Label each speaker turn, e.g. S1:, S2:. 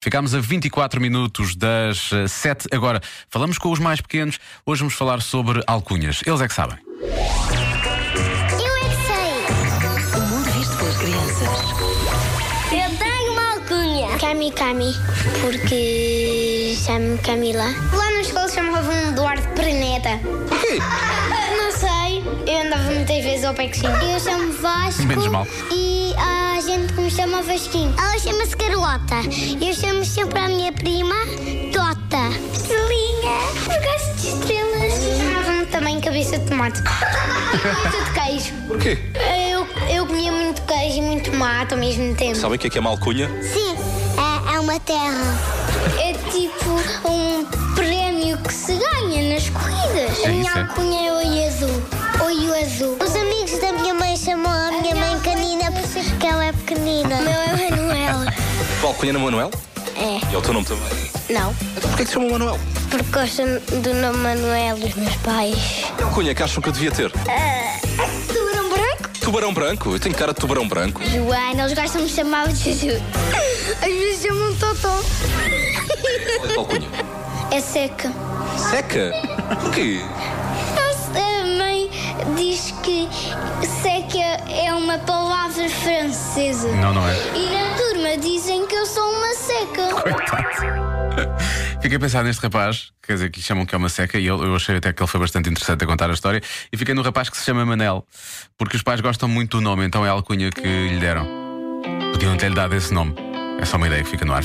S1: Ficámos a 24 minutos das 7. Agora, falamos com os mais pequenos. Hoje vamos falar sobre alcunhas. Eles é que sabem.
S2: Eu é que sei!
S3: O mundo visto pelas crianças.
S2: Eu tenho uma alcunha! Cami Cami, porque chamo-me Camila. Lá na escola chamavam-me Eduardo Perneta. Não sei, eu andava muitas vezes ao pequeno. Eu chamo Vasco.
S1: Menos mal.
S2: E há gente que me chama Vasquinho. Ela chama-se Carlota. Eu chamo sempre a minha prima Tota. Estrelinha, eu gosto de estrelas. Chamavam-me também Cabeça de Tomate. Cabeça de queijo.
S1: quê?
S2: Eu, eu comia muito queijo e muito mato ao mesmo tempo.
S4: Sabem o que é que é malcunha?
S2: Sim, é, é uma terra. É tipo um prémio que se ganha nas corridas.
S1: É
S2: a
S1: isso,
S2: minha
S1: é?
S2: alcunha é Oi Azul. Oi Azul. Os amigos da minha mãe chamam a minha mãe Canina porque ela é pequenina. O meu é Manuel.
S4: Malcunha não é Manuel?
S2: É,
S4: É o teu nome também.
S2: não.
S4: Então porquê é que se chama Manuel?
S2: Porque gostam do nome Manuel dos meus pais.
S4: Que alcunha É que acham que eu devia ter?
S2: Ah, Tubarão é um branco?
S4: Tubarão branco? Eu tenho cara de tubarão branco.
S2: Joana, eles gostam de me chamar de Juju. Às vezes chamam Totó.
S4: Qual é a alcunha?
S2: É seca.
S4: Seca? Porquê?
S2: Nossa, A mãe diz que seca é uma palavra francesa.
S1: Não, não é.
S2: E na turma dizem que eu sou uma seca.
S1: Coitado. Fiquei a pensar neste rapaz, quer dizer, que chamam que é uma seca, e eu, eu achei até que ele foi bastante interessante a contar a história. E fiquei no rapaz que se chama Manel, porque os pais gostam muito do nome, então é a alcunha que lhe deram. Podiam ter lhe dado esse nome. É só uma ideia que fica no ar.